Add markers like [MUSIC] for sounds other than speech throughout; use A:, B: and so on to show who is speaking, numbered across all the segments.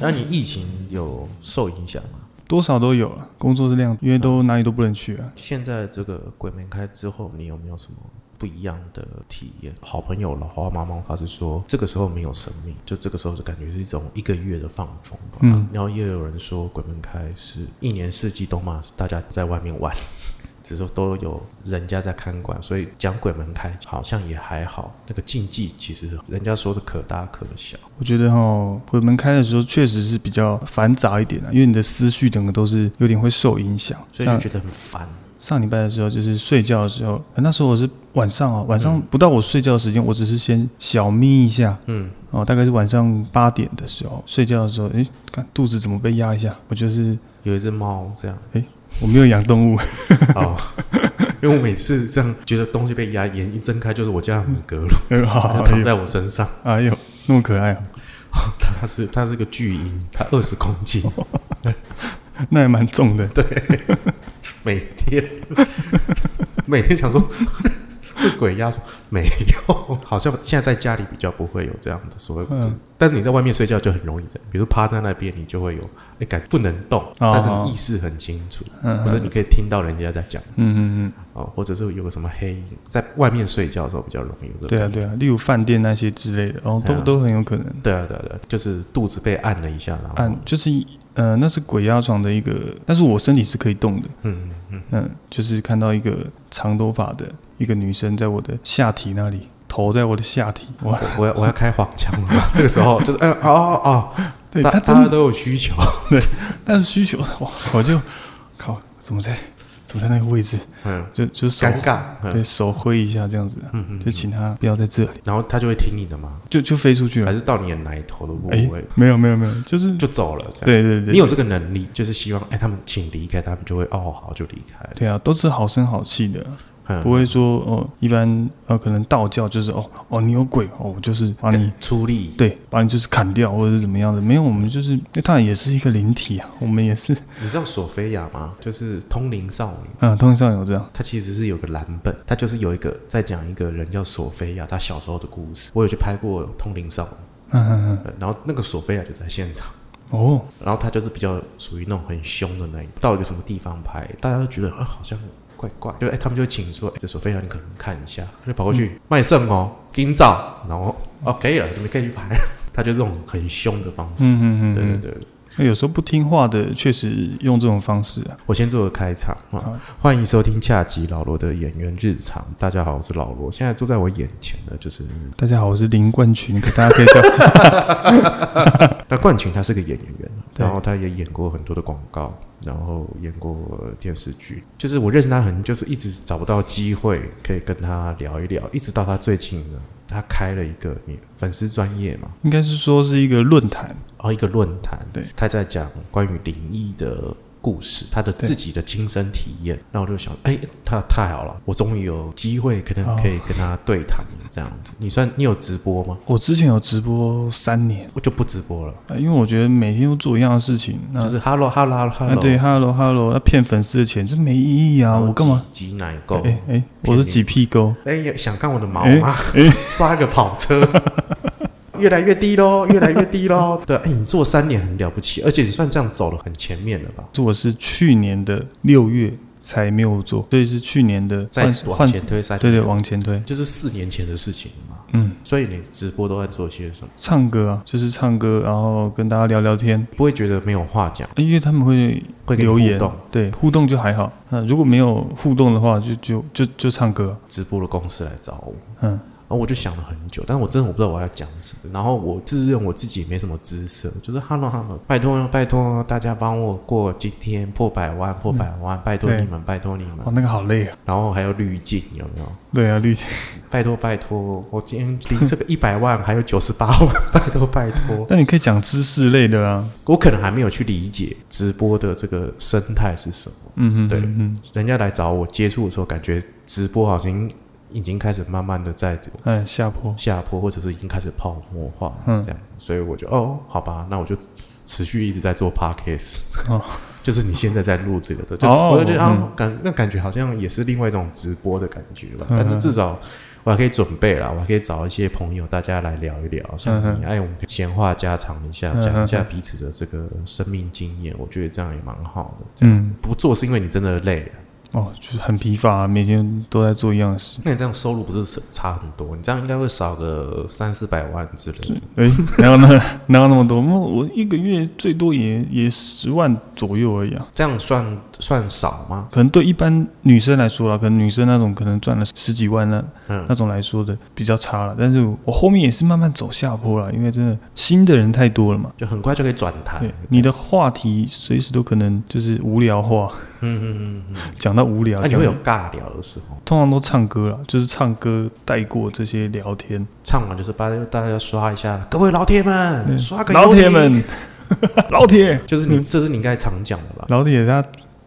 A: 那你疫情有受影响吗？
B: 多少都有了，工作是量，因为都哪里都不能去啊。
A: 现在这个鬼门开之后，你有没有什么不一样的体验？好朋友老花妈妈，她是说这个时候没有生命，就这个时候就感觉是一种一个月的放风吧。
B: 嗯
A: 然后也有人说鬼门开是一年四季都嘛，大家在外面玩。只是都有人家在看管，所以讲鬼门开好像也还好。那个禁忌其实人家说的可大可小，
B: 我觉得哈，鬼门开的时候确实是比较繁杂一点啊，因为你的思绪整个都是有点会受影响。
A: 所以就
B: 像
A: 觉得很烦。
B: 上礼拜的时候，就是睡觉的时候，呃那时候我是晚上哦，晚上不到我睡觉的时间，我只是先小眯一下
A: 嗯，
B: 哦，大概是晚上八点的时候睡觉的时候，诶，看肚子怎么被压一下，我就是
A: 有一只猫这样。
B: 我没有养动物， [LAUGHS]
A: [LAUGHS] 哦，因为我每次这样觉得东西被压，眼一睁开就是我家的米格鲁，
B: 很好，
A: 它
B: 哎
A: 躺
B: 呦，
A: 在我身上。
B: 哎呦，那么可爱啊，
A: 它是它是个巨婴，它二十公斤，
B: 哦那还蛮重的，
A: 每天 [LAUGHS] 每天想说 [LAUGHS] 是鬼压床，没有，好像现在在家里比较不会有这样的所谓。
B: 嗯
A: 但是你在外面睡觉就很容易这样，比如趴在那边，你就会有你感不能动，
B: 哦
A: 但是你意识很清楚，
B: 嗯
A: 或者你可以听到人家在讲
B: 嗯嗯
A: 哦，或者是有个什么黑影，在外面睡觉的时候比较容易有这种
B: 嗯，对啊对啊，例如饭店那些之类的，哦，
A: 哎
B: 都
A: 呀
B: 都很有可能
A: 对啊，对啊，对啊，就是肚子被按了一下，然后
B: 按，就是呃，那是鬼压床的一个，但是我身体是可以动的，
A: 嗯嗯，
B: 嗯，就是看到一个长头发的一个女生在我的下体那里，头在我的下体，哇，
A: 嗯我我要我要开黄腔了， [LAUGHS] 这个时候就是哎哦哦哦，
B: 对
A: 大
B: 她真
A: 大家
B: 的，
A: 都有需求，
B: 但是需求哇，我就靠，怎么在怎么在那个位置，
A: 嗯，
B: 就就手
A: 尴尬，
B: 对
A: 嗯
B: 手挥一下这样子啊、
A: 嗯嗯，
B: 就请她不要在这里，
A: 然后他就会听你的吗？
B: 就就飞出去
A: 还
B: 了，
A: 是到你的奶头的部
B: 哎
A: 位，
B: 没有没有没有，就是
A: 就走了？这样，
B: 对对对，
A: 你有这个能力，就是希望哎他们请离开，他们就会哦好就离开了，
B: 对啊，都是好声好气的，啊
A: 嗯
B: 不会说哦，一般呃，可能道教就是哦哦，你有鬼哦，我就是把你
A: 出力，
B: 对，把你就是砍掉或者是怎么样的。没有，我们就是因为它也是一个灵体啊，我们也是
A: 你知道索菲亚吗？就是通灵少女。
B: 啊，通常有这样， [LAUGHS]
A: 它其实是有个蓝本，它就是有一个在讲一个人叫索菲亚，她小时候的故事。我有去拍过《通灵少女》
B: 嗯嗯嗯，
A: 呃然后那个索菲亚就在现场，
B: 哦，
A: 然后她就是比较属于那种很凶的那一种。到一个什么地方拍，大家都觉得啊、好像怪怪，就哎、他们就请说，哎、这索菲亚你可能看一下，她就跑过
B: 嗯
A: 去卖肾哦，金照，然后哦可以了，你们可以去拍。 [LAUGHS] 他就这种很凶的方式，
B: 嗯嗯嗯，
A: 对对
B: 嗯
A: 对。
B: 那有时候不听话的确实用这种方式啊，
A: 我先做个开场啊
B: 好，
A: 欢迎收听下集老罗的演员日常。大家好，我是老罗，现在坐在我眼前的就是
B: 大家好，我是林冠群，可大家可以叫
A: 那冠群，他是个演员，
B: 对
A: 然后他也演过很多的广告，然后演过电视剧。就是我认识他很，就是一直找不到机会可以跟他聊一聊，一直到他最近呢，他开了一个你粉丝专业嘛，
B: [LAUGHS] 应该是说是一个论坛，
A: 然后一个论坛，
B: 对，
A: 他在讲关于灵异的。故事，他的
B: 对
A: 自己的亲身体验，那我就想，哎、他太好了，我终于有机会，可能
B: 哦
A: 可以跟他对谈、这样子。你算你有直播吗？
B: 我之前有直播三年。
A: 我就不直播了，
B: 啊，因为我觉得每天都做一样的事情，那
A: 就是 hello hello hello
B: 啊
A: hello，哦
B: 对，hello hello，那骗粉丝的钱这没意义啊，
A: 然后
B: 我干嘛？
A: 挤？挤奶
B: 哎
A: 垢。
B: 哎、我是挤屁沟，
A: 哎、想看我的毛
B: 哎
A: 吗？ [LAUGHS] 刷个跑
B: [LAUGHS]
A: 车，越来越低喽，越来越低喽。 [LAUGHS] 对，哎、你做三年很了不起，而且你算这样走了很前面了吧？
B: 这我是去年的六月才没有做，所以是去年的
A: 再
B: 换
A: 往
B: 换，
A: 前推三，
B: 对对，往前推，
A: 就是四年前的事情了嘛。
B: 嗯，
A: 所以你直播都在做些什么？
B: 唱歌啊，就是唱歌，然后跟大家聊聊天，
A: 不会觉得没有话讲，
B: 因为他们会
A: 会跟你
B: 留言
A: 互动。
B: 对，互动就还好，嗯，如果没有互动的话，就就就就唱歌，
A: 直播的公司来找我，
B: 嗯，
A: 然后我就想了很久，但是我真的我不知道我要讲什么。然后我自认我自己没什么姿色，就是 hello hello，拜托拜托大家帮我过今天破百万破百万，拜托
B: 对
A: 你们拜托你们。
B: 哇，那个好累啊，
A: 然后还有滤镜有没有？
B: 对啊，丽姐， [LAUGHS]
A: 拜托拜托，我今天离这个一百万还有九十八万， [LAUGHS] 拜托拜托。
B: 但你可以讲知识类的啊，
A: 我可能还没有去理解直播的这个生态是什么。
B: 嗯嗯，
A: 对
B: 嗯嗯，
A: 人家来找我接触的时候，感觉直播好像已经开始慢慢的在
B: 哎，下坡，
A: 下坡，或者是已经开始泡沫化，
B: 嗯
A: 这样，所以我就哦，好吧，那我就持续一直在做 podcast，、
B: 哦
A: [LAUGHS] 就是你现在在录这个的，就、
B: 哦
A: 我就觉得啊
B: 嗯，
A: 感那感觉好像也是另外一种直播的感觉吧，
B: 嗯
A: 但是至少。我还可以准备啦，我还可以找一些朋友，大家来聊一聊，像
B: 嗯
A: 你，哎，我们可以闲话家常一下，
B: 嗯
A: 讲一下彼此的这个生命经验，我觉得这样也蛮好的。
B: 嗯，
A: 不做是因为你真的累啊了，
B: 哦，就是很疲乏、每天都在做一样的事。
A: 那你这样收入不是差很多？你这样应该会少个三四百万之类的。
B: 哎、 [LAUGHS] 哪有那哪有那么多？我我一个月最多也也十万左右而已啊。
A: 这样算算少吗？
B: 可能对一般女生来说啦，可能女生那种可能赚了十几万那
A: 嗯
B: 那种来说的比较差了。但是我后面也是慢慢走下坡了，因为真的新的人太多了嘛。
A: 就很快就可以转台。
B: 对，你的话题随时都可能就是无聊化，
A: 嗯嗯嗯嗯，
B: 讲到无聊。
A: 那、你会
B: 讲
A: 有
B: 到
A: 尬聊的时候，
B: 通常都唱歌了，就是唱歌带过这些聊天。
A: 唱完就是把大家刷一下，各位老铁们，
B: 嗯
A: 刷个
B: 老
A: 游
B: 铁
A: 艇，
B: 们， [LAUGHS] 嗯老铁，
A: 就是你，这是你应该常讲的吧？
B: 老铁他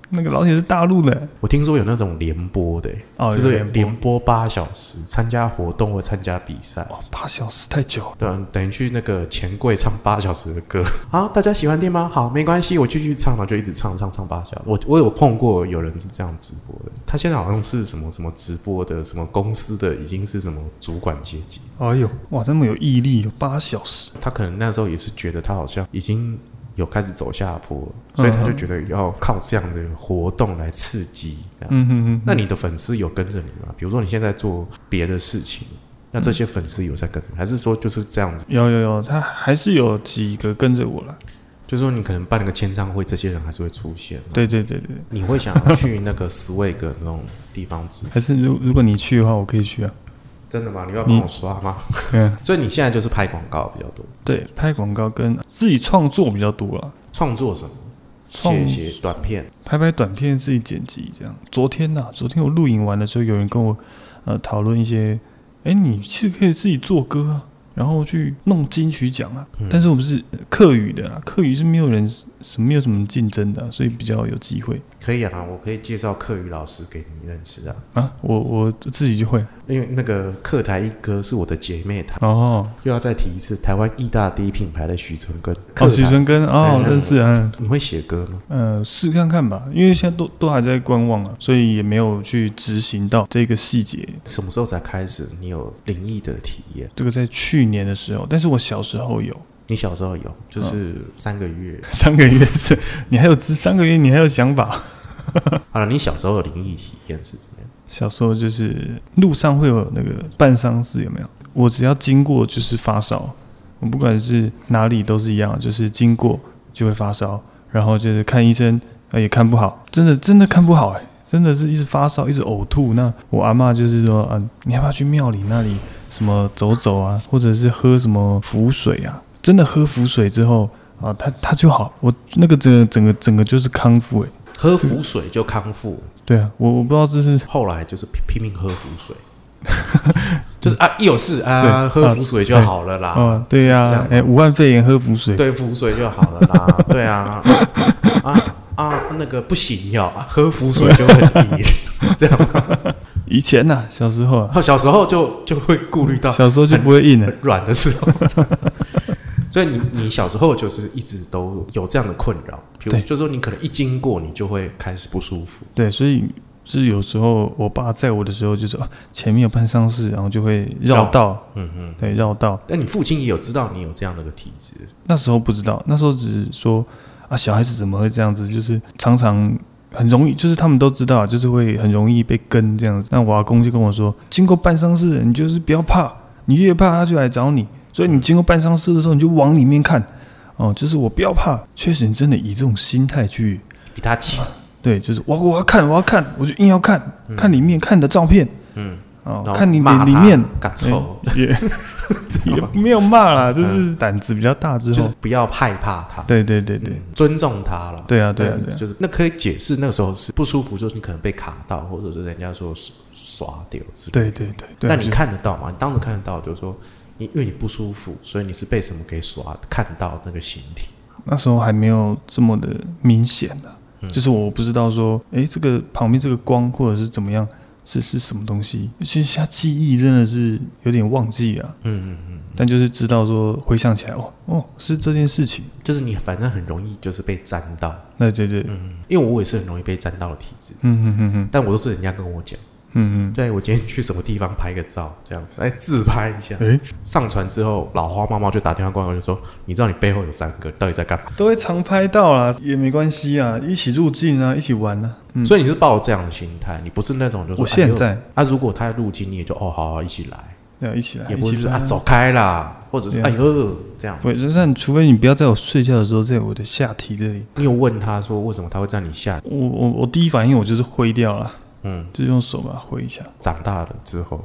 B: 那个老铁是大陆的
A: 我听说有那种联播的、
B: 哦，
A: 就是
B: 有点
A: 连播八小时，参加活动或参加比赛。
B: 哇，八小时太久了。
A: 对啊，等于去那个钱柜唱八小时的歌。 [LAUGHS] 好，大家喜欢听吗？好，没关系，我继续唱，然后就一直唱唱唱八小时。我我有碰过有人是这样直播的，他现在好像是什么什么直播的，什么公司的，已经是什么主管阶级。
B: 哎呦，哇，这么有毅力，有八小时。
A: 他可能那时候也是觉得他好像已经有开始走下坡了，所以他就觉得要靠这样的活动来刺激。这样，
B: 嗯哼哼，
A: 那你的粉丝有跟着你吗？比如说你现在做别的事情，那这些粉丝有在跟着你，还是说就是这样子？
B: 有有有，他还是有几个跟着我了。
A: 就是说你可能办了个签唱会，这些人还是会出现。，
B: 对对对对，
A: 你会想要去那个 swag 那种地方直？
B: 还是如如果你去的话，我可以去啊。
A: 真的吗？你要帮我刷吗？
B: 嗯，
A: 所以你现在就是拍广告比较多，
B: 对，拍广告跟自己创作比较多了，
A: 创作什么？
B: 创
A: 写写短片。
B: 拍拍短片，自己剪辑这样。昨天呐、昨天我录影完了之后，有人跟我呃讨论一些，哎，你是可以自己做歌啊，然后去弄金曲奖啊。
A: 嗯
B: 但是我们是呃客语的啊，客语是没有人什没有什么竞争的啊、所以比较有机会
A: 可以啊，我可以介绍课余老师给你认识啊。
B: 啊。我我自己就会
A: 因为那个客台一哥是我的姐妹台，
B: 哦，
A: 又要再提一次，台湾义大第一品牌的许存根。
B: 哦，
A: 客
B: 徐
A: 台，
B: 生根
A: 哎
B: 哦，
A: 那
B: 认识嗯。
A: 你会写歌吗？
B: 呃，试看看吧，因为现在都都还在观望啊，所以也没有去执行到这个细节。
A: 什么时候才开始？你有灵异的体验？
B: 这个在去年的时候，但是我小时候有
A: 你小时候有，就是
B: 嗯
A: 三个月。
B: [LAUGHS] 三个月是，你还有知三个月，你还有想法。
A: 好了，你小时候的灵异体验是怎么样？
B: 小时候就是路上会有那个办丧事，有没有？我只要经过就是发烧，我不管是哪里都是一样，就是经过就会发烧，然后就是看医生，呃也看不好，真的真的看不好哎、真的是一直发烧，一直呕吐。那我阿嬷就是说，啊，你要不要去庙里那里什么走走啊，或者是喝什么符水啊？真的喝符水之后啊，他他就好，我那个整个整个整个就是康复哎、
A: 喝符水就康复，
B: 对啊，我我不知道这是
A: 后来就是拼拼命喝符
B: [LAUGHS]
A: 水，就是啊，一有事啊，
B: 对
A: 喝符水就好了啦。
B: 哦，对呀、
A: 啊是这样吗
B: 哎、武汉肺炎喝符水，
A: 对，符水就好了啦。
B: [LAUGHS]
A: 对啊，啊啊，那个不行哟、啊喝符水就很
B: [LAUGHS]
A: 硬。这样，
B: 以前呐、小时候啊，
A: 然后小时候就就会顾虑到
B: 小时候就不会硬了
A: 很，软的时
B: [LAUGHS]
A: 候。所以你你小时候就是一直都有这样的困扰，比如
B: 对
A: 就是说你可能一经过你就会开始不舒服，
B: 对，所以是有时候我爸载我的时候，就是、啊、前面有办丧事，然后就会绕道，
A: 嗯嗯。
B: 对，绕道。
A: 但你父亲也有知道你有这样的个体质，
B: 那时候不知道，那时候只是说啊，小孩子怎么会这样子？就是常常很容易，就是他们都知道啊，就是会很容易被跟这样子。那我阿公就跟我说，经过办丧事，你就是不要怕，你越怕他就来找你，所以你经过办丧事的时候，你就往里面看。哦，就是我不要怕，确实你真的以这种心态去
A: 比他强，
B: 对，就是我我要看我要看，我就硬要看、看里面看你的照片
A: 嗯，
B: 哦
A: 然，后
B: 看你
A: 骂
B: 的里
A: 他
B: 面
A: [LAUGHS] 嘎臭，
B: 哎也 [LAUGHS] 也没有骂啦，就是胆子比较大之后，
A: 就是不要害怕他，
B: 对对对对、
A: 嗯尊重他了。
B: 对啊对啊对啊，
A: 就是那可以解释那时候是不舒服，就是你可能被卡到，或者是人家说是耍掉之类的。
B: 对对对对，
A: 那你
B: 就
A: 看得到吗？你当时看得到，就是说你因为你不舒服，所以你是被什么给耍看到那个形体。
B: 那时候还没有这么的明显的、啊
A: 嗯
B: 就是我不知道说，哎，这个旁边这个光或者是怎么样，是是什么东西。其实他记忆真的是有点忘记啊，
A: 嗯嗯嗯，
B: 但就是知道说回想起来，哦哦，是这件事情。
A: 就是你反正很容易就是被沾到，
B: 那对对，嗯
A: 嗯，因为我也是很容易被沾到的体质，
B: 嗯嗯嗯
A: 但我都是人家跟我讲，
B: 嗯嗯
A: 对我今天去什么地方拍个照这样子，哎，自拍一下，
B: 嗯，哎，
A: 上传之后，老花猫猫就打电话过来，我就说，你知道你背后有三个，到底在干嘛？
B: 都会常拍到啦，也没关系啊，一起入境啊，一起玩啊。嗯，
A: 所以你是抱着这样的心态，你不是那种就是
B: 我现在
A: 啊，如果他入侵你也就哦，好好一起来，
B: 要一起来，
A: 也不
B: 一
A: 是
B: 起
A: 说
B: 来
A: 啊走开啦，或者是
B: 对啊
A: 哎呦这样。
B: 不会，但除非你不要在我睡觉的时候，在我的下体这里，
A: 你有问他说为什么他会在你下？
B: 我我我第一反应我就是挥掉了，
A: 嗯，
B: 就用手把它挥一下。
A: 长大了之后，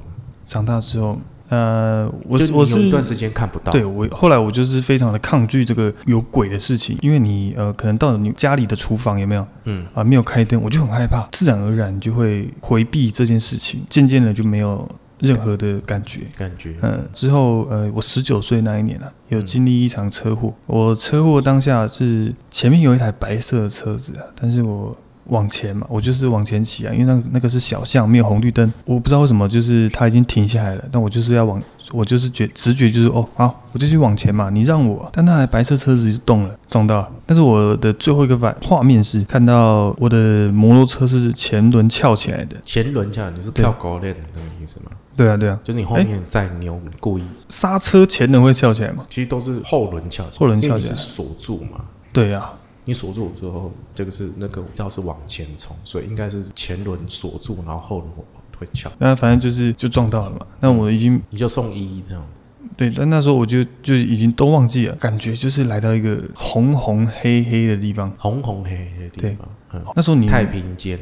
B: 长大之后，呃，我
A: 就是你
B: 我
A: 有一
B: 是
A: 段时间看不到，
B: 对我后来我就是非常的抗拒这个有鬼的事情，因为你呃可能到了你家里的厨房有没有啊、
A: 嗯，
B: 没有开灯，我就很害怕，自然而然就会回避这件事情，渐渐的就没有任何的感觉。
A: 感觉
B: 嗯，之后呃，我十九岁那一年啊，有经历一场车祸。我车祸当下是前面有一台白色的车子啊，但是我往前嘛，我就是往前骑啊，因为那那个是小巷，没有红绿灯，我不知道为什么，就是它已经停下来了，但我就是要往，我就是觉直觉就是哦，好，我继续往前嘛，你让我，啊但那台白色车子就动了，撞到了。但是我的最后一个反画面是看到我的摩托车是前轮翘起来的，
A: 前轮下你是
B: 对
A: 跳高链的那个意思吗？
B: 对啊对啊，
A: 就是你后
B: 哎
A: 面再扭，你故意，
B: 刹车前轮会翘起来嘛？
A: 其实都是后轮翘起来，
B: 后轮翘起来
A: 因为你是锁住嘛。
B: 对啊，
A: 你锁住之后，这个是那个要是往前冲，所以应该是前轮锁住，然后后轮会翘，
B: 那反正就是就撞到了嘛。那我已经
A: 你就送医那样。
B: 对，但那时候我就就已经都忘记了，感觉就是来到一个红红黑黑的地方。
A: 红红黑黑的地方，嗯，
B: 那时候你
A: 太
B: 哎
A: 平间，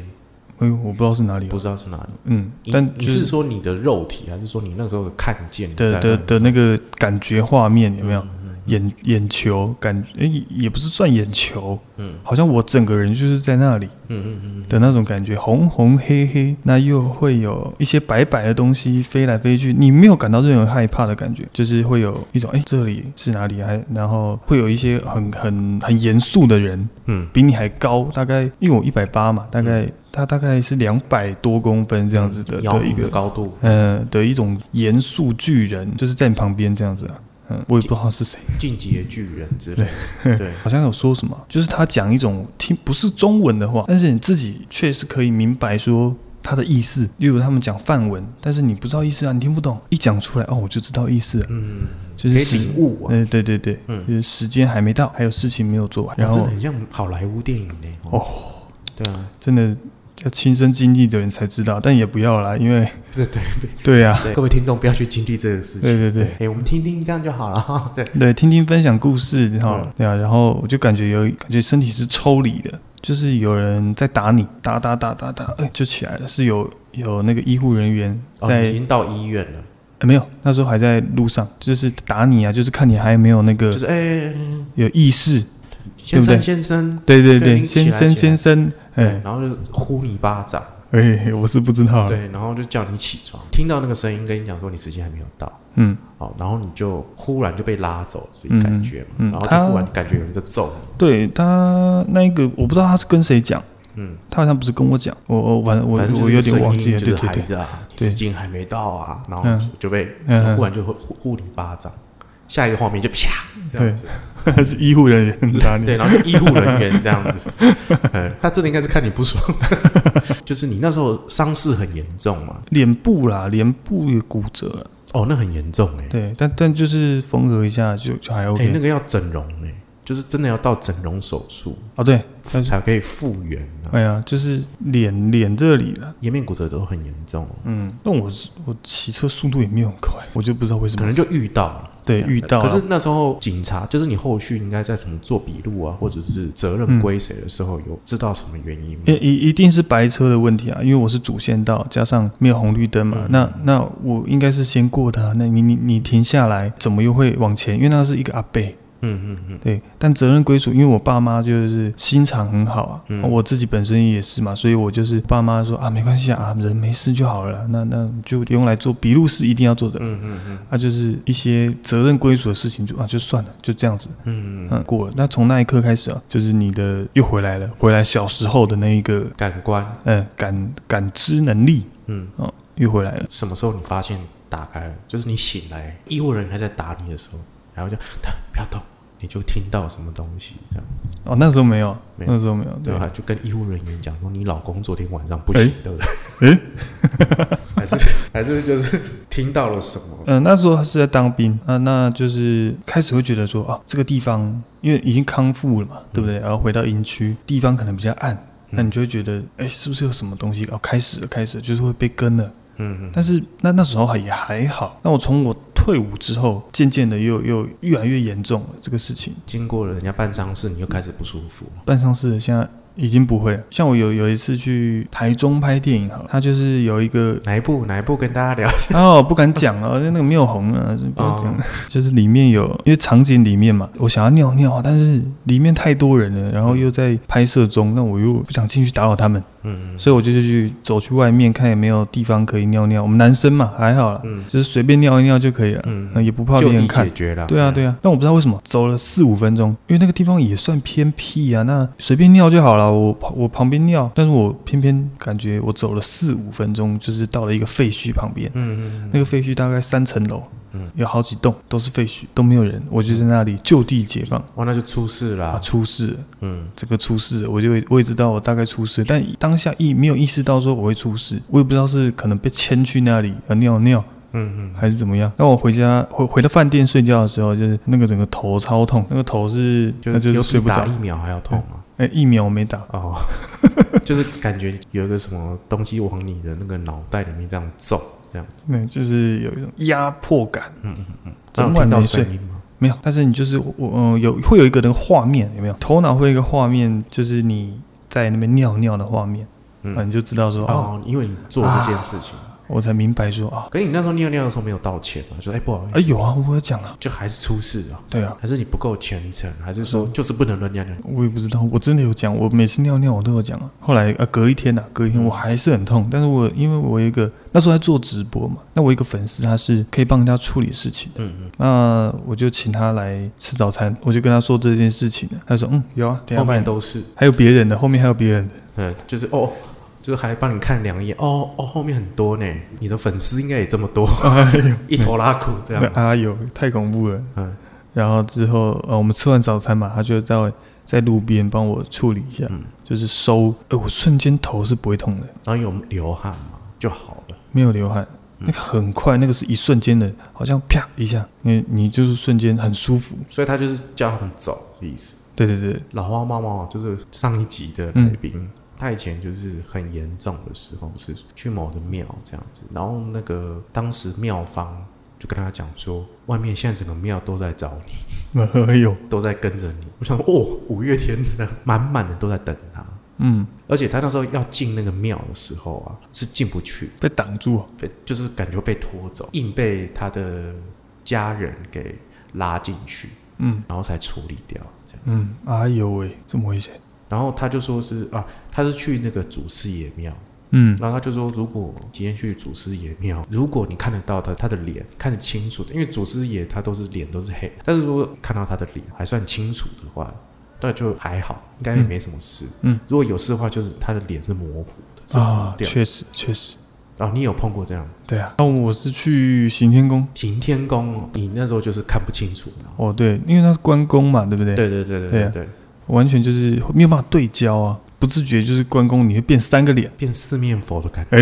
B: 呦，我不知道是哪里，哦
A: 不知道是哪里。
B: 嗯，
A: 你
B: 但
A: 你
B: 就是
A: 说你的肉体，还是说你那时候的看见
B: 的
A: 在
B: 的
A: 那里
B: 的那个感觉画面有没有？？
A: 啊嗯嗯
B: 眼眼球感，哎、也不是算眼球，
A: 嗯
B: 好像我整个人就是在那里
A: 嗯嗯嗯嗯，
B: 的那种感觉，红红黑黑，那又会有一些白白的东西飞来飞去，你没有感到任何害怕的感觉，就是会有一种哎、诶这里是哪里？还然后会有一些很很很严肃的人，
A: 嗯
B: 比你还高，大概因为我一百八嘛，大概、他大概是两百多公分这样子的、
A: 遥
B: 的一
A: 控的
B: 个
A: 高度，
B: 呃的一种严肃巨人，就是在你旁边这样子啊。嗯，我也不知道他是谁，
A: 进阶巨人之类的，对，
B: 好像有说什么，就是他讲一种听不是中文的话，但是你自己确实可以明白说他的意思。例如他们讲梵文，但是你不知道意思啊，你听不懂，一讲出来哦，我就知道意思了。
A: 嗯，
B: 就
A: 可
B: 是
A: 以
B: 时
A: 领，悟啊，
B: 嗯、对对对，
A: 嗯哦
B: 就是时间还没到，还有事情没有做完，然
A: 哇真
B: 后
A: 的很像好莱坞电影呢。哦，对啊，
B: 真的要亲身经历的人才知道，但也不要啦，因为
A: 对对
B: [LAUGHS] 对啊，
A: 对，各位听众不要去经历这个事情。
B: 对对对
A: 哎，我们听听这样就好了 [LAUGHS] 哈。对，
B: 对，听听分享故事哈、
A: 嗯
B: 对啊，然后我就感觉有感觉身体是抽离的，就是有人在打你，打打打打打，哎、就起来了，是有有那个医护人员
A: 哦，
B: 在
A: 你已、经到医院了，
B: 哎没有，那时候还在路上，就是打你啊，就是看你还有没有那个
A: 就是哎，
B: 有意识，
A: 先生
B: 对不对
A: 先生，
B: 对对
A: 对
B: 对，
A: 你起
B: 先
A: 来
B: 生
A: 起来
B: 先生，
A: 对
B: 哎，
A: 然后就呼你巴掌。
B: 哎、我是不知道了，
A: 对，然后就叫你起床，听到那个声音跟你讲说你时间还没有到，
B: 嗯，
A: 好，然后你就忽然就被拉走，自己
B: 嗯
A: 感觉嘛，
B: 嗯
A: 然后
B: 他
A: 就忽然感觉有人在揍你，
B: 对他那一个我不知道他是跟谁讲，
A: 嗯，
B: 他好像不是跟我讲，我我反我
A: 反正就
B: 我
A: 是
B: 有
A: 声
B: 点
A: 音
B: 忘记了，
A: 就
B: 对
A: 是
B: 对
A: 孩
B: 对，
A: 子啊，你
B: 对
A: 时间还没到啊，然后
B: 嗯
A: 就被
B: 嗯
A: 忽然就会呼呼你巴掌，下一个画面就啪这样子，
B: [LAUGHS] 是医护人员打你，
A: 对，然后就医护人员这样子， [LAUGHS] 嗯他真的应该是看你不爽， [LAUGHS] 就是你那时候伤势很严重嘛，
B: 脸部啦，脸部也骨折了，
A: 哦，那很严重哎、
B: 对，但但就是缝合一下就就还
A: 哎、那
B: OK
A: 个要整容哎、就是真的要到整容手术
B: 哦，对，但是
A: 才可以复原啊。
B: 哎呀，就是脸脸这里了，
A: 颜面骨折都很严重哦，
B: 嗯，那我是我骑车速度也没有很快，我就不知道为什么，
A: 可能就遇到了。
B: 对遇到啊
A: 可
B: 了
A: 是，那时候警察，就是你后续应该在什么做笔录啊，或者是责
B: 嗯
A: 任归谁的时候，有知道什么原因吗？
B: 一一一定是白车的问题啊，因为我是主线道，加上没有红绿灯嘛，
A: 嗯
B: 那那我应该是先过的啊、那你你你停下来，怎么又会往前？因为那是一个阿贝，
A: 嗯嗯嗯，
B: 对，但责任归属，因为我爸妈就是心肠很好啊，
A: 嗯
B: 我自己本身也是嘛，所以我就是爸妈说啊，没关系啊，啊人没事就好了啦，那那就用来做笔录是一定要做的，
A: 嗯嗯嗯
B: 啊，就是一些责任归属的事情就啊就算了，就这样子，
A: 嗯嗯，
B: 嗯，过了。那从那一刻开始啊，就是你的又回来了，回来小时候的那一个
A: 感官，
B: 呃感感知能力
A: 嗯，
B: 哦，又回来了。
A: 什么时候你发现打开了？就是你醒来，医护人员还在打你的时候，然后就 [LAUGHS] 他不要动，你就听到什么东西这样，
B: 哦，那时候没有，
A: 没有
B: 那时候没有，
A: 对
B: 对
A: 吧？
B: 吧？
A: 就跟医护人员讲说，你老公昨天晚上不行，
B: 哎
A: 对不对？
B: 诶
A: [LAUGHS] 还是还是就是听到了什么？
B: 嗯、那时候他是在当兵啊，那就是开始会觉得说啊，这个地方因为已经康复了嘛，对不
A: 嗯
B: 对？然后回到营区，地方可能比较暗，那你就会觉得，哎、是不是有什么东西？哦，开始了，开始了，就是会被跟了。
A: 嗯嗯
B: 但是那那时候还也还好。那我从我退伍之后，渐渐的又又越来越严重了这个事情。
A: 经过了人家办丧事，你又开始不舒服。
B: 办丧事的现在已经不会了。像我有有一次去台中拍电影哈，他就是有一个 [LAUGHS]
A: 哪一部？哪一部跟大家聊？
B: 哦，不敢讲哦，那个没有红啊，就不要讲。
A: 哦
B: [LAUGHS] 就是里面有，因为场景里面嘛，我想要尿尿啊，但是里面太多人了，然后又在拍摄中，那我又不想进去打扰他们，
A: 嗯嗯
B: 所以我就就去走去外面看有没有地方可以尿尿。我们男生嘛，还好啦，
A: 嗯
B: 就是随便尿一尿就可以了，
A: 嗯
B: 呃也不怕
A: 就
B: 别人
A: 地
B: 看
A: 解。决了。嗯
B: 对啊，对啊，但我不知道为什么走了四五分钟，因为那个地方也算偏僻啊，那随便尿就好了。我旁我旁边尿，但是我偏偏感觉我走了四五分钟，就是到了一个废墟旁边，
A: 嗯，嗯嗯，
B: 那个废墟大概三层楼
A: 嗯，
B: 有好几栋都是废墟，都没有人，我就在那里就地解放
A: 哇，哦那就出事了
B: 啊，
A: 啊。
B: 出事了，
A: 嗯
B: 这个出事了，我就会我也知道我大概出事，但当下意没有意识到说我会出事，我也不知道是可能被牵去那里啊尿尿。
A: 嗯嗯，
B: 还是怎么样？那我回家回回到饭店睡觉的时候，就是那个整个头超痛，那个头是
A: 就
B: 那就是
A: 有
B: 睡
A: 比
B: 不
A: 打
B: 着，
A: 疫苗还要痛啊。
B: 哎、疫苗我没打，
A: 哦， [LAUGHS] 就是感觉有一个什么东西往你的那个脑袋里面这样揍，这样子。
B: 那就是有一种压迫感，
A: 嗯嗯嗯，那
B: 整
A: 有
B: 晚
A: 听到
B: 没睡
A: 声。音吗？
B: 没有，但是你就是我，嗯、有会有一个那个画面，有没有？头脑会有一个画面，就是你在那边尿尿的画面，
A: 嗯
B: 啊，你就知道说，哦，啊
A: 哦，因为你做这件事情，
B: 我才明白说，啊，
A: 可是你那时候尿尿的时候没有道歉嘛？说哎不好
B: 哎
A: 意思，
B: 有啊，我有讲啊，
A: 就还是出事啊？
B: 对啊，
A: 还是你不够虔诚？还是
B: 嗯
A: 说就是不能乱尿尿？
B: 我也不知道，我真的有讲，我每次尿尿我都有讲啊。后来呃，隔一天呐、啊，隔一
A: 嗯
B: 天我还是很痛，但是我因为我有一个那时候在做直播嘛，那我有一个粉丝他是可以帮人家处理事情的，
A: 嗯嗯，
B: 那我就请他来吃早餐，我就跟他说这件事情了，他说嗯有啊，等一
A: 后
B: 下帮
A: 面
B: 你。
A: 都是，
B: 还有别人的，后面还有别人的，
A: 嗯，就是哦。就是还帮你看两眼哦哦，后面很多呢，你的粉丝应该也这么多，
B: 哎
A: 一头拉苦这
B: 那 [LAUGHS]
A: 样。
B: 啊有太恐怖了。
A: 嗯
B: 然后之后呃，我们吃完早餐嘛，他就在在路边帮我处理一下，
A: 嗯，
B: 就是收，哎、我瞬间头是不会痛的，
A: 然后有流汗嘛就好了。
B: 没有流汗，
A: 嗯
B: 那个很快，那个是一瞬间的，好像啪一下，你你就是瞬间很舒服。
A: 所以他就是叫他们走的意思。
B: 对对对，
A: 老花猫猫就是上一集的来宾，他以前就是很严重的时候是去某个庙这样子，然后那个当时庙方就跟他讲说，外面现在整个庙都在找你，
B: 没有，
A: 都在跟着你。我想说哦，五月天这样满满的都在等他，
B: 嗯，
A: 而且他那时候要进那个庙的时候啊，是进不去，
B: 被挡住，啊
A: 被就是感觉被拖走，硬被他的家人给拉进去，
B: 嗯
A: 然后才处理掉这样。
B: 嗯，哎呦喂，这么危险，
A: 然后他就说是啊，他是去那个祖师爷庙，
B: 嗯
A: 然后他就说，如果今天去祖师爷庙，如果你看得到他他的脸，看得清楚的，因为祖师爷他都是脸都是黑，但是如果看到他的脸还算清楚的话，那就还好，应该也没什么事。
B: 嗯，
A: 如果有事的话，就是他的脸是模糊的是
B: 啊，
A: 对
B: 确实确实，
A: 啊，你有碰过这样
B: 对啊。那我是去行天宫，
A: 行天宫哦？你那时候就是看不清楚的。
B: 哦对，因为那是关公嘛，对不对？，
A: 对对对对
B: 对
A: 对
B: 啊
A: 对，
B: 完全就是没有办法对焦啊，不自觉就是关公，你会变三个脸。
A: 变四面佛的感觉。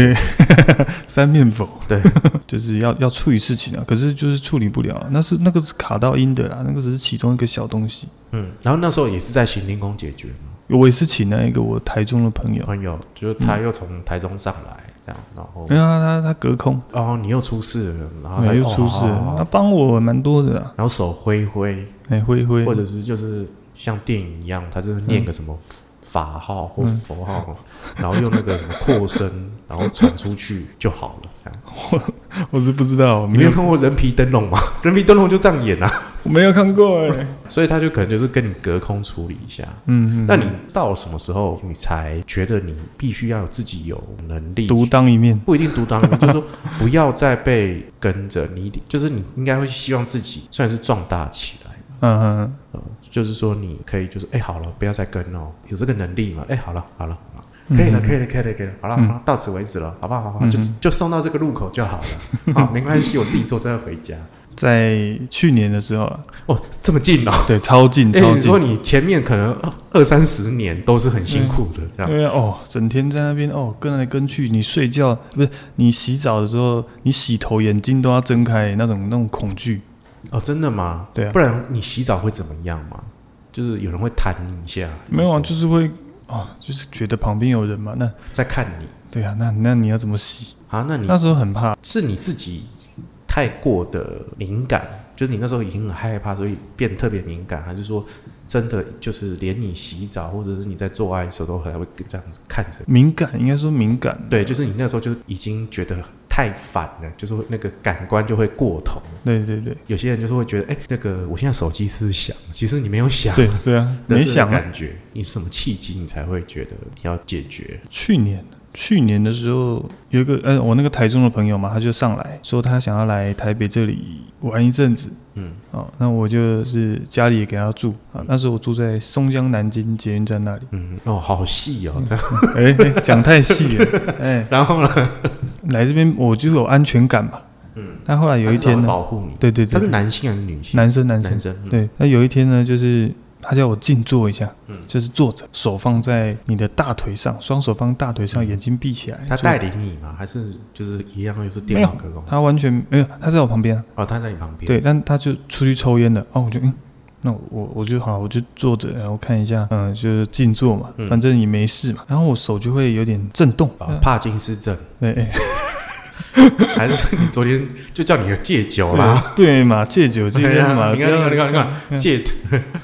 B: 哎， [LAUGHS] 三面佛，
A: 对，
B: 就是要要处理事情啊，可是就是处理不了、啊，那是那个是卡到音的啦，那个只是其中一个小东西。
A: 嗯，然后那时候也是在行天宫解决嘛。
B: 我也是请那一个我台中的朋友，
A: 朋友，就是他又从台中上来，这样，然后
B: 因为他他他隔空，
A: 哦，你又出事了，然后他
B: 对，嗯哎又出事
A: 哦好好
B: 了，他
A: 好
B: 帮我蛮多的啦，
A: 然后手挥一挥，
B: 哎，挥一挥
A: 或，者是就是像电影一样，他就是念个什么法号或
B: 嗯
A: 佛号，然后用那个什么扩声，然后传出去就好了。这样，
B: 我是不知道，
A: 你
B: 哦没
A: 没有 [LAUGHS]
B: 有，
A: 看过《人皮灯笼》吗？《人皮灯笼》就这样演啊，
B: 我没有看过哎、
A: [LAUGHS] 所以他就可能就是跟你隔空处理一下。
B: 嗯，嗯
A: 那你到什么时候你才觉得你必须要有自己有能力
B: 独当一面，
A: 不一定独当一面，就是说不要再被跟着你一定，就是你应该会希望自己算是壮大起来。
B: 嗯嗯嗯，
A: 呃就是说你可以就是哎、好了，不要再跟哦，有这个能力嘛？哎、好了好了好了，可
B: 嗯
A: 以了可以了可以了可以了，好了、好了，到此为止了，好不好？好不好？就就送到这个路口就好了，好、没关系，我自己坐车回家。
B: 在去年的时候啊，
A: 哦，这么近哦。
B: 对，超近
A: [LAUGHS] 哎、
B: 嗯超
A: 你
B: 近
A: 说，你前面可能二二三十年都是很辛苦的，这样、
B: 对啊，哦，整天在那边哦跟来跟去，你睡觉不是你洗澡的时候，你洗头眼睛都要睁开那种那种恐惧，
A: 哦，真的吗？
B: 对啊
A: 不然你洗澡会怎么样吗？就是有人会弹你一下，
B: 没有啊，
A: 就是
B: 就是会哦，就是觉得旁边有人嘛，那
A: 在看你
B: 对啊，那那你要怎么洗？
A: 啊，那你
B: 那时候很怕，
A: 是你自己太过的敏感，就是你那时候已经很害怕，所以变特别敏感，还是说真的就是连你洗澡或者是你在做爱的时候都还会这样子看着？
B: 敏感应该说敏感，
A: 对，就是你那时候就是已经觉得太烦了，就是会那个感官就会过头。
B: 对对对
A: 有些人就是会觉得，哎、那个我现在手机是响，其实你没有响， [LAUGHS]
B: 对对啊，没想啊，
A: 感觉，你是什么契机你才会觉得你要解决？
B: 去年去年的时候，有一个呃，我那个台中的朋友嘛，他就上来说他想要来台北这里玩一阵子
A: 嗯，，
B: 哦，那我就是家里也给他住啊，那时候我住在松江南京捷运站那里
A: 嗯，哦，好细哦，这
B: [LAUGHS]
A: 样。
B: 哎、哎讲、太细了，哎、
A: [LAUGHS] 然后呢？
B: 来这边我就有安全感嘛，嗯，但后来有一天
A: 他是
B: 呢，
A: 保护你，
B: 对对对，
A: 他是男性还是女性？
B: 男生男生
A: 男生，嗯，
B: 对，那有一天呢，就是他叫我静坐一下，
A: 嗯
B: 就是坐着，手放在你的大腿上，双手放大腿上，眼睛闭起来。
A: 嗯他
B: 坐
A: 带领你吗？还是就是一样又是电
B: 没有
A: 脑隔空？
B: 他完全没有，他在我旁边啊、
A: 哦，他在你旁边。，
B: 对，但他就出去抽烟了。哦，我就嗯，那我我就好，我就坐着，然后看一下，嗯、就是静坐嘛，
A: 嗯
B: 反正也没事嘛。然后我手就会有点震动，
A: 啊，帕金斯症，
B: 对、哎
A: 还是你昨天就叫你戒酒
B: 对
A: 啦？
B: 对嘛，戒酒戒
A: 对
B: 烟
A: 啊
B: 嘛，
A: 你看，你看，你看，你看，
B: 嗯
A: 戒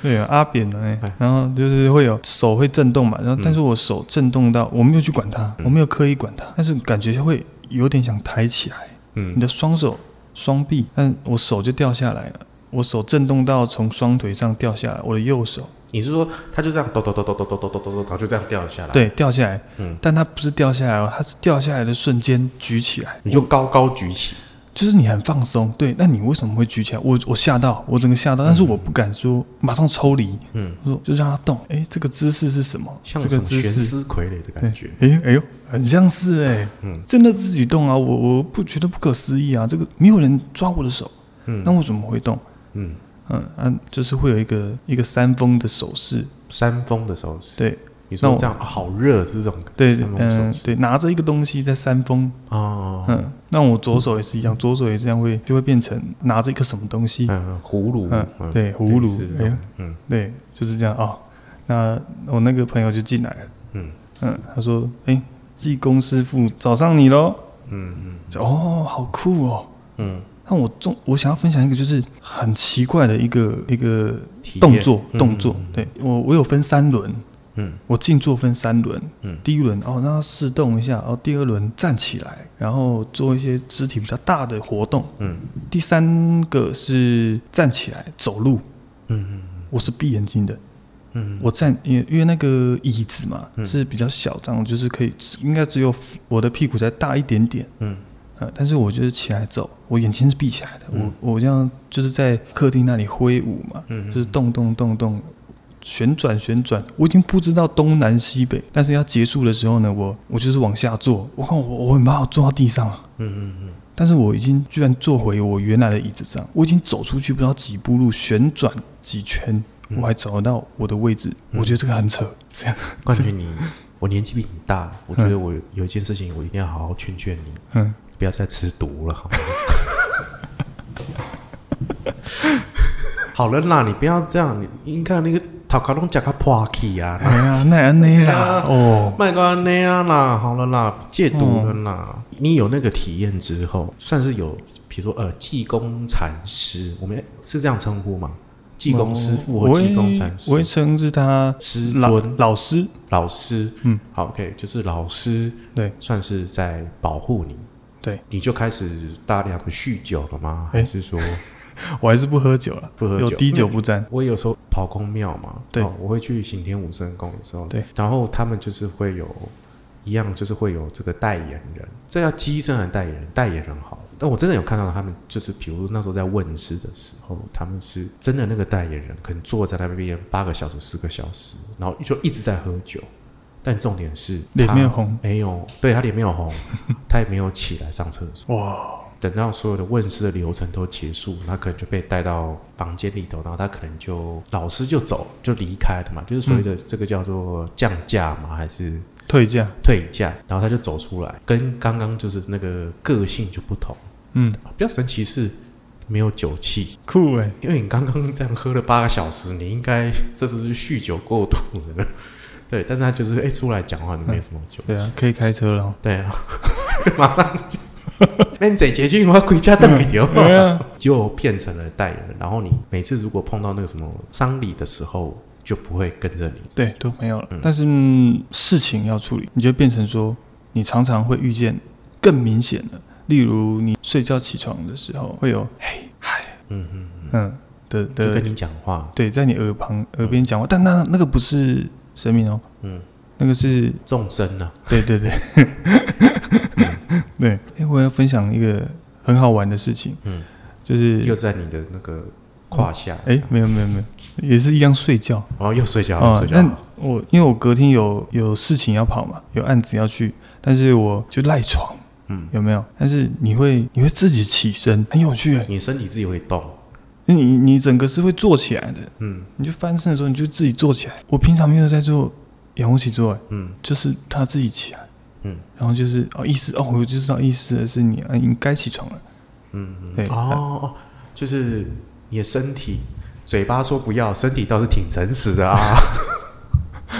B: 对啊，阿扁呢、欸
A: 哎，
B: 然后就是会有手会震动嘛，然后但是我手震动到我没有去管它，
A: 嗯
B: 我没有刻意管它，但是感觉会有点想抬起来，你
A: 嗯，
B: 的双手双臂，但我手就掉下来了，我手震动到从双腿上掉下来，我的右手
A: 你是说他就这样抖抖抖抖抖抖抖抖抖抖，然后就这样掉下来？，
B: 对掉下来，
A: 啊嗯
B: 但它不是掉下来哦，它是掉下来的瞬间举起来，
A: 你就高高举起，
B: 就是你很放松，对，那你为什么会举起来？我我吓到，我整个吓到，但是我不敢说马上抽离，
A: 嗯，
B: 我说就让它动，哎，这个姿势是什么？
A: 像
B: 这
A: 什
B: 个
A: 么
B: 姿
A: 悬
B: 势。
A: 丝傀儡的感觉。
B: 哎、哎呦，很像是哎、
A: 嗯
B: 真的自己动啊！我我不觉得不可思议啊！这个没有人抓我的手，
A: 嗯
B: 那我怎么会动？
A: 嗯，
B: 嗯啊，就是会有一个一个山峰的手势，
A: 扇风的手势，
B: 对
A: 你
B: 那
A: 说
B: 我
A: 这样啊好热，是这种
B: 对，
A: 扇
B: 嗯、
A: 风手势
B: 对，拿着一个东西在山峰，
A: 哦，
B: 嗯，那我左手也是一样，左手也这样会就会变成拿着一个什么东西，
A: 嗯，葫芦
B: 嗯，对葫芦哎呀，
A: 嗯
B: 对，就是这样啊、那我那个朋友就进来了，
A: 嗯
B: 嗯，他说：“哎、济公师傅找上你喽
A: 嗯！”
B: 就哦，好酷哦。
A: 嗯
B: 那我重我想要分享一个就是很奇怪的一个一个
A: 嗯，体验
B: 动作动作，，
A: 嗯
B: 对我我有分三轮，
A: 嗯
B: 我静坐分三轮，
A: 嗯
B: 第一轮哦让它试动一下，哦第二轮站起来，然后做一些肢体比较大的活动，
A: 嗯
B: 第三个是站起来走路，
A: 嗯
B: 我是闭眼睛的，
A: 嗯嗯，
B: 我站因为因为那个椅子嘛
A: 嗯
B: 是比较小张，就是可以应该只有我的屁股再大一点点，
A: 嗯
B: 呃，但是我就是起来走，我眼睛是闭起来的，
A: 嗯
B: 我我这样就是在客厅那里挥舞嘛，
A: 嗯
B: 就是动动动动，旋转旋转，我已经不知道东南西北，但是要结束的时候呢，我我就是往下坐，我看我我很怕我坐到地上啊，
A: 嗯嗯
B: 但是我已经居然坐回我原来的椅子上，我已经走出去不知道几步路，旋转几圈。
A: 嗯
B: 我还找得到我的位置，我觉得这个很扯。这样，
A: 嗯，冠军你，我年纪比你大，我觉得我有有一件事情，我一定要好好劝劝你，
B: 嗯，
A: 不要再吃毒了，好吗？ [LAUGHS] 好了啦，你不要这样，你你看那个塔卡龙加卡破气啊，
B: 哎呀，那安内
A: [LAUGHS]
B: 啦，哦，
A: 卖个那样啊啦，好了啦，戒毒了啦。
B: 嗯
A: 你有那个体验之后，算是有，比如说呃，济公禅师，我们是这样称呼吗？济公师傅
B: 我
A: 或
B: 会
A: 济公禅师
B: 我会、称之他
A: 师
B: 老
A: 尊、
B: 老师，
A: 老师。
B: 嗯，
A: 好，OK，就是老师
B: 对
A: 算是在保护你，
B: 对，
A: 你就开始大量的酗酒了吗？
B: 哎
A: 还是说
B: 我还是不喝酒了，
A: 不喝
B: 有
A: 酒嗯
B: 滴酒不沾。
A: 我有时候跑公庙嘛，
B: 对
A: 哦我会去行天武圣宫的时候，
B: 对，
A: 然后他们就是会有一样，就是会有这个代言人，这要机身还是代言人？代言人好，但我真的有看到他们，就是比如那时候在问世的时候，他们是真的那个代言人，可能坐在那边八个小时、十个小时，然后就一直在喝酒，但重点是
B: 脸
A: 他
B: 面红
A: 没有，对他脸没有红，他也没有起来上厕所。
B: 哇，
A: 等到所有的问世的流程都结束，他可能就被带到房间里头，然后他可能就老师就走就离开了嘛，就是所谓的这个叫做降价嘛，还是
B: 退价，
A: 退价，然后他就走出来，跟刚刚就是那个个性就不同。
B: 嗯，
A: 比较神奇是没有酒气，
B: 酷哎、
A: 因为你刚刚这样喝了八个小时，你应该这是酗酒过度了。 [LAUGHS] 对，但是他就是哎、出来讲话没有什么酒气。
B: 对啊，可以开车了哦。
A: 对啊， [LAUGHS] 马上。 [LAUGHS] 那你这结局我回家等你哦掉，
B: 对啊，
A: 就变成了代言人。然后你每次如果碰到那个什么丧礼的时候，就不会跟着你。
B: [LAUGHS] 对，都没有了。
A: 嗯
B: 但是、嗯事情要处理，你就变成说，你常常会遇见更明显的，例如你睡觉起床的时候会有嘿嗨
A: 嗯嗯，
B: 嗯的
A: 就跟
B: 的，
A: 你讲话，
B: 对，在你耳旁耳边讲话，但那那个不是神明哦，
A: 嗯，
B: 那个是
A: 众生啊呢、
B: 对对对， [LAUGHS] 对。哎，我要分享一个很好玩的事情，
A: 嗯，
B: 就是
A: 又在你的那个胯下，
B: 哎，没有没有没有，也是一样睡觉。
A: 然后又睡觉，
B: 啊，
A: 又睡觉
B: 那，我因为我隔天有有事情要跑嘛，有案子要去，但是我就赖床，
A: 嗯，
B: 有没有？但是你会你会自己起身，很有趣欸。
A: 你身体自己会动，
B: 你你整个是会坐起来的，
A: 嗯
B: 你就翻身的时候你就自己坐起来。我平常没有在做仰卧起坐，欸
A: 嗯
B: 就是他自己起来，
A: 嗯
B: 然后就是哦意识哦，我就知道意识的是你啊，你该起床了。
A: 嗯
B: 对
A: 嗯，哦哦，就是你的身体，嘴巴说不要，身体倒是挺诚实的啊。 [LAUGHS]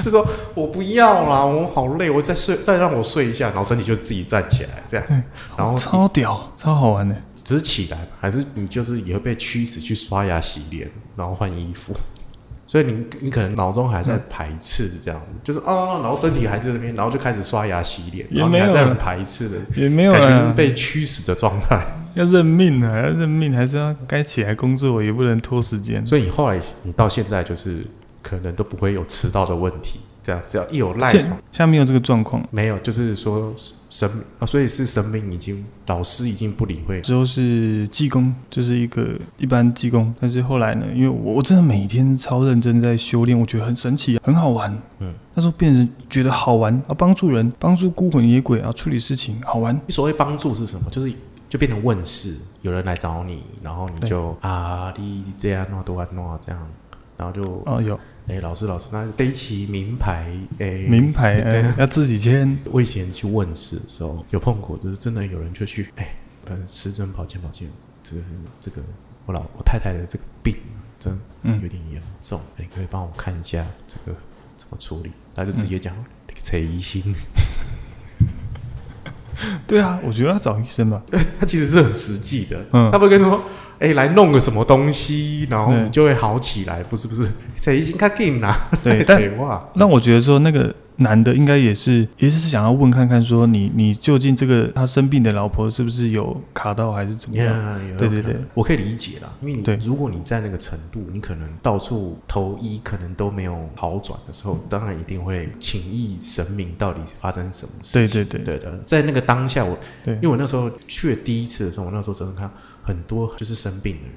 A: 就说我不要啦，我好累，我再睡，再让我睡一下，然后身体就自己站起来，这样，
B: 哎
A: 然后
B: 超屌，超好玩的。
A: 只是起来吧，还是你就是也会被驱使去刷牙、洗脸，然后换衣服， [LAUGHS] 所以你你可能脑中还在排斥这样子，就是啊，然后身体还在那边，然后就开始刷牙、洗脸，
B: 也
A: 然后你还
B: 没有
A: 在
B: 了
A: 很排斥的
B: 也没有啊
A: 感觉，就
B: 啦，
A: 是被驱使的状态。 [LAUGHS]
B: 要认命啊，要认命，还是要该起来工作，也不能拖时间。
A: 所以你后来你到现在就是可能都不会有迟到的问题，这样只要一有赖
B: 现
A: 床，
B: 现在没有这个状况，
A: 没有，就是说神啊，所以是神明已经老师已经不理会，
B: 之后是技工，就是一个一般技工。但是后来呢，因为我我真的每天超认真在修炼，我觉得很神奇、很好玩。
A: 嗯，
B: 那时候变成觉得好玩啊，帮助人，帮助孤魂野鬼啊，处理事情好玩。
A: 你所谓帮助是什么？就是就变成问世，有人来找你，然后你就啊，你这样弄多安弄这样，然后就
B: 哦，有
A: 哎、老师老师，那背起名牌哎、[LAUGHS]
B: 名牌，
A: 对
B: 哎，要自己签。
A: 我以前去问世的时候有碰过，就是真的有人就去哎，反正师尊保健保健，这个是这个我老我太太的这个病真的
B: 嗯
A: 有点严重，哎你可以帮我看一下这个怎么处理？他就直接
B: 嗯
A: 讲扯疑心，嗯
B: 对啊，我觉得要找医生吧。
A: [LAUGHS] 他其实是很实际的，
B: 嗯
A: 他不会跟你说，哎、来弄个什么东西，然后
B: 对
A: 你就会好起来，不是不是， [LAUGHS] 谁先看 game 啦， [LAUGHS]
B: 对但
A: 废话，
B: 让我觉得说那个男的应该也是，也是想要问看看说你你究竟这个他生病的老婆是不是有卡到还是怎么样
A: Yeah，有
B: 对
A: 有
B: 对
A: 可能
B: 对，
A: 我可以理解啦，因为
B: 对
A: 你如果你在那个程度，你可能到处投医，可能都没有好转的时候，当然一定会请意神明到底发生什么事
B: 对
A: 情。
B: 对对
A: 对的，在那个当下我，
B: 对
A: 因为我那时候去了第一次的时候，我那时候真的看到很多就是生病的人，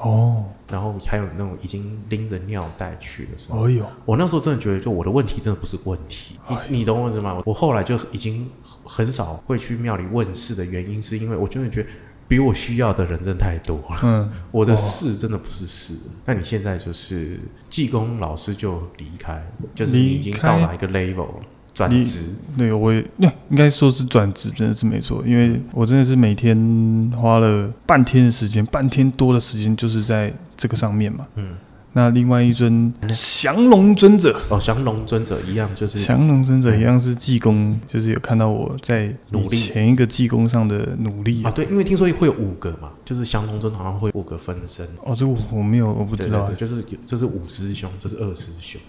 B: 哦，
A: 然后还有那种已经拎着尿袋去的时候，
B: 哦哟，
A: 我那时候真的觉得，就我的问题真的不是问题，
B: 哎
A: 你你懂我意思吗？我后来就已经很少会去庙里问事的原因，是因为我真的觉得比我需要的人真的太多了。
B: 嗯，
A: 我的
B: 哦
A: 事真的不是事。那你现在就是技工老师就离开，就是你
B: 离
A: 已经
B: 开
A: 到达一个 level 了转
B: 你
A: 职，
B: 对，我也那应该说是转职，真的是没错，因为我真的是每天花了半天的时间，半天多的时间就是在这个上面嘛。
A: 嗯，
B: 那另外一尊降龙尊者，
A: 哦，降龙尊者一样就是
B: 降龙尊者一样是技工，就是有看到我在
A: 努
B: 以
A: 力
B: 前一个技工上的努力
A: 啊，
B: 啊。
A: 对，因为听说会有五个嘛，就是降龙尊好像会有五个分身，
B: 哦，这个我我没有，我
A: 不
B: 不知道
A: 对对对，就是有这是五师兄，这是二师兄，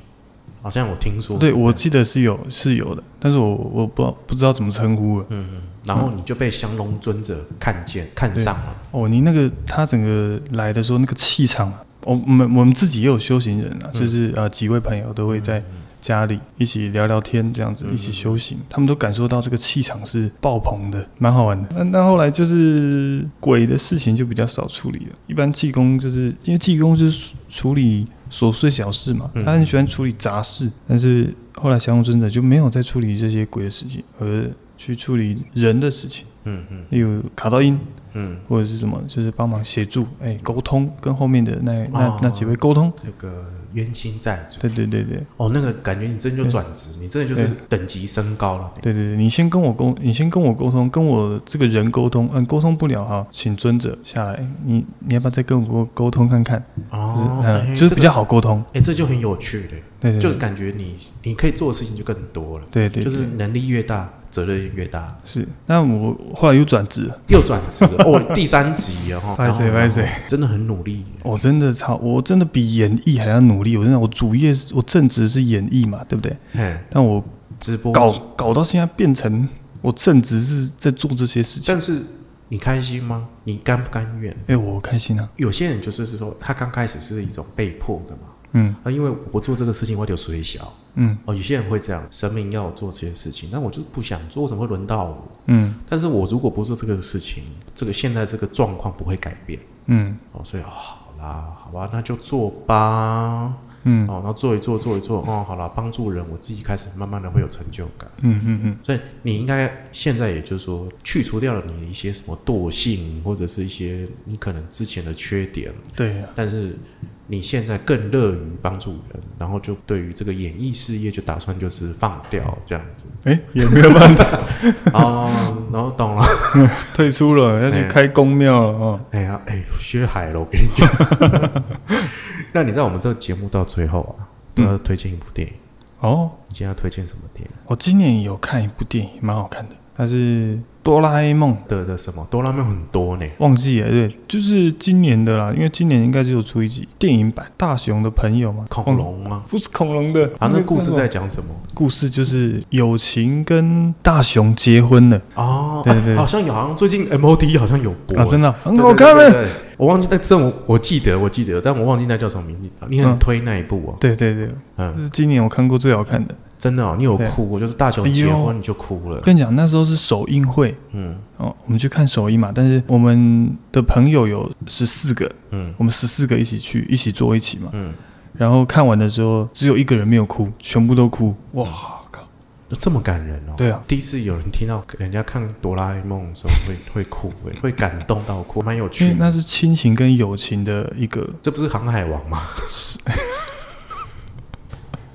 A: 好像我听说是这
B: 对，
A: 样，
B: 我记得是有是有的，但是我我不知道不知道怎么称呼啊了。
A: 嗯，嗯，然后你就被降龙尊者看
B: 嗯
A: 见看上了，
B: 哦，你那个他整个来的时候那个气场啊，哦我们我们自己也有修行人
A: 嗯
B: 啊，就是呃几位朋友都会在家里一起聊聊天，这样子
A: 嗯
B: 一起修行，他们都感受到这个气场是爆棚的，蛮好玩的。那那后来就是鬼的事情就比较少处理了，一般济公就是因为济公就是处理琐碎小事嘛，
A: 嗯
B: 他很喜欢处理杂事，但是后来降龙尊者就没有再处理这些鬼的事情，而去处理人的事情，
A: 嗯嗯
B: 例如卡到音。
A: 嗯，
B: 或者是什么，就是帮忙协助，哎、沟通跟后面的那那、
A: 哦
B: 那几位沟通，
A: 这个冤亲债主，
B: 对对对对
A: 哦，那个感觉你真就转职，你真的就是等级升高了，
B: 嗯对对对，你先跟我沟，你先跟我沟通，跟我这个人沟通，嗯，沟通不了哈，请尊者下来，你你要不要再跟我沟通看看？就是、
A: 哦，
B: 嗯，
A: 哎
B: 就是比较，好沟通，
A: 这个哎，这就很有趣的，
B: 对对对，
A: 就是感觉你你可以做的事情就更多了，
B: 对对
A: 就
B: 对
A: 是能力越大，责任越大，
B: 是。那我后来又转职了，
A: 又转
B: [LAUGHS]
A: 职了哦，第三集了哈，
B: 拍谁
A: 然后
B: 拍谁，
A: 真的很努力，
B: 我真的操，我真的比演艺还要努力，我真的我主业是我正职是演艺嘛，对不对？
A: 嘿，
B: 但我
A: 直播
B: 搞搞到现在变成我正职是在做这些事情，
A: 但是你开心吗？你甘不甘愿？
B: 哎、我开心啊，
A: 有些人就是是说，他刚开始是一种被迫的嘛。
B: 嗯
A: 啊，因为我做这个事情，我就水小
B: 嗯
A: 哦。有些人会这样，神明要我做这些事情，但我就是不想做，为什么会轮到我？
B: 嗯
A: 但是我如果不做这个事情，这个现在这个状况不会改变
B: 嗯
A: 哦。所以、哦、好啦，好吧，那就做吧。
B: 嗯
A: 哦，然后做一做，做一做，哦，好啦，帮助人，我自己开始慢慢的会有成就感。
B: 嗯嗯嗯，
A: 所以你应该现在也就是说，去除掉了你的一些什么惰性，或者是一些你可能之前的缺点，
B: 对呀、
A: 但是你现在更乐于帮助人，然后就对于这个演艺事业就打算就是放掉这样
B: [LAUGHS]
A: 子
B: 哎、也没有办法
A: 哦，然后懂了。
B: 退出了，要去开公庙了哦。
A: 哎呀，哎，薛海了，我跟你讲。 [LAUGHS] 那你在我们这个节目到最后啊，都
B: 嗯
A: 要推荐一部电影，
B: 哦，
A: 你今天要推荐什么电影？
B: 我今年有看一部电影，蛮好看的，它是《哆啦 A 梦》，
A: 的的什么？哆啦 A 梦很多呢。
B: 忘记了，对，就是今年的啦，因为今年应该只有出一集电影版《大雄的朋友》嘛，
A: 恐
B: 忘
A: 龙吗？
B: 不是恐龙的，
A: 啊，那故事
B: 是什么
A: 在讲什么？
B: 故事就是友情跟大雄结婚了
A: 哦，
B: 对对
A: 啊好像有，好像最近 MOD 好像有播，
B: 啊，真的
A: 对
B: 很好看。
A: 对
B: 呢。
A: 对对对我忘记那这我我记得我记得，但我忘记那叫什么名字了。你很
B: 嗯
A: 推那一部哦，
B: 对对对，这
A: 嗯，
B: 是今年我看过最好看的。
A: 真的哦，你有
B: 对
A: 哭，我就是大雄
B: 哎呦
A: 结婚你就哭
B: 我
A: 了，
B: 跟你讲，那时候是首映会，
A: 嗯
B: 哦，我们去看首映嘛，但是我们的朋友有十四个，
A: 嗯
B: 我们十四个一起去，一起坐一起嘛。
A: 嗯，
B: 然后看完的时候，只有一个人没有哭，全部都哭。哇靠！
A: 这么感人哦。
B: 对啊，
A: 第一次有人听到人家看哆啦 A 梦的时候会 [LAUGHS] 会哭，会会感动到哭，蛮有
B: 因为
A: 趣
B: 那
A: 的。
B: 是亲情跟友情的一个
A: 这不是航海王吗？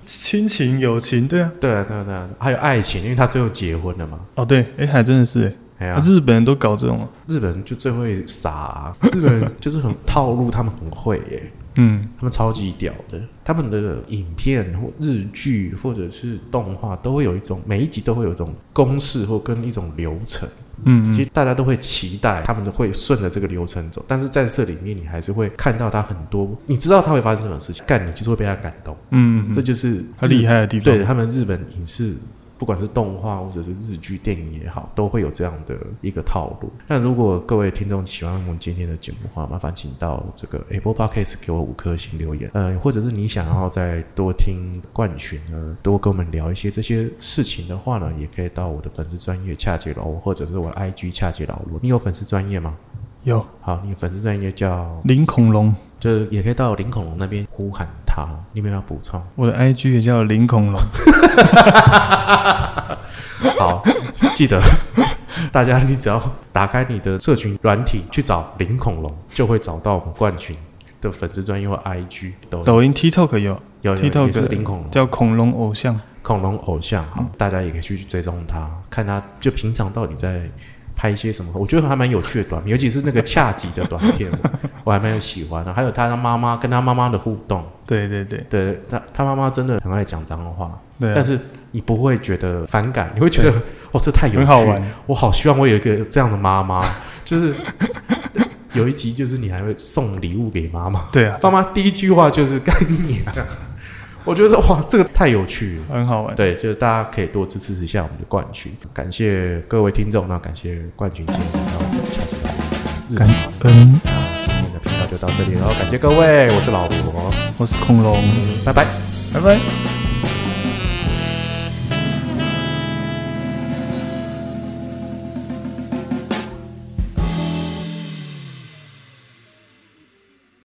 B: 亲情友情，对啊，
A: 对啊，对啊，对啊，还有爱情，因为他最后结婚了嘛。
B: 哦对，哎，还真的是，
A: 哎
B: 哎、
A: 呀、
B: 啊，日本人都搞这种、啊，
A: 日本人就最会傻、日本人 [LAUGHS] 就是很套路，他们很会耶、
B: 嗯，
A: 他们超级屌的，他们的影片或日剧或者是动画都会有一种每一集都会有一种公式或跟一种流程，
B: 嗯
A: 其
B: 嗯
A: 实大家都会期待他们会顺着这个流程走，但是在这里面你还是会看到他很多，你知道他会发生什么事情，但你就是会被他感动，
B: 嗯，
A: 这
B: 嗯
A: 就是
B: 他厉害的地
A: 日，
B: 方，
A: 对他们日本影视。不管是动画或者是日剧、电影也好，都会有这样的一个套路。那如果各位听众喜欢我们今天的节目的话，麻烦请到这个 Apple Podcast 给我五颗星留言，呃，或者是你想要再多听冠群呢，多跟我们聊一些这些事情的话呢，也可以到我的粉丝专业恰杰老罗，哦或者是我的 IG 恰杰老罗。哦你有粉丝专业吗？
B: 有
A: 好，你的粉丝专业叫，
B: 林恐龙，
A: 就是也可以到林恐龙那边呼喊他。你有没有要补充？
B: 我的 IG 也叫林恐龙，
A: 好， [LAUGHS] 记得大家，你只要打开你的社群软体去找林恐龙，就会找到我们冠群的粉丝专业或 IG 都有
B: 抖音 TikTok 有
A: 有有
B: TikTok
A: 也是林恐龙
B: 叫嗯恐龙偶像，
A: 恐龙偶像，好，大家也可以去追踪他，看他就平常到底在。拍一些什么？我觉得还蛮有趣的短片，尤其是那个恰吉的短片，我还蛮喜欢的。还有他的妈妈跟他妈妈的互动，
B: 对对对
A: 对他他妈妈真的很爱讲脏话，
B: 对啊、
A: 但是你不会觉得反感，你会觉得哦，这太有趣，
B: 很好玩，
A: 我好希望我有一个这样的妈妈， [LAUGHS] 就是有一集就是你还会送礼物给妈妈，
B: 对啊，
A: 妈妈第一句话就是干你、啊， [LAUGHS] 我觉得哇，这个太有趣了。
B: 很好玩。
A: 对，就是大家可以多支持一下我们的冠军，感谢各位听众，那感谢冠军今天来到我们乔治日
B: 感
A: 常。
B: 恩，
A: 那今天的频道就到这里了，感谢各位，我是老罗，
B: 我是恐龙，
A: 拜拜。
B: 拜拜。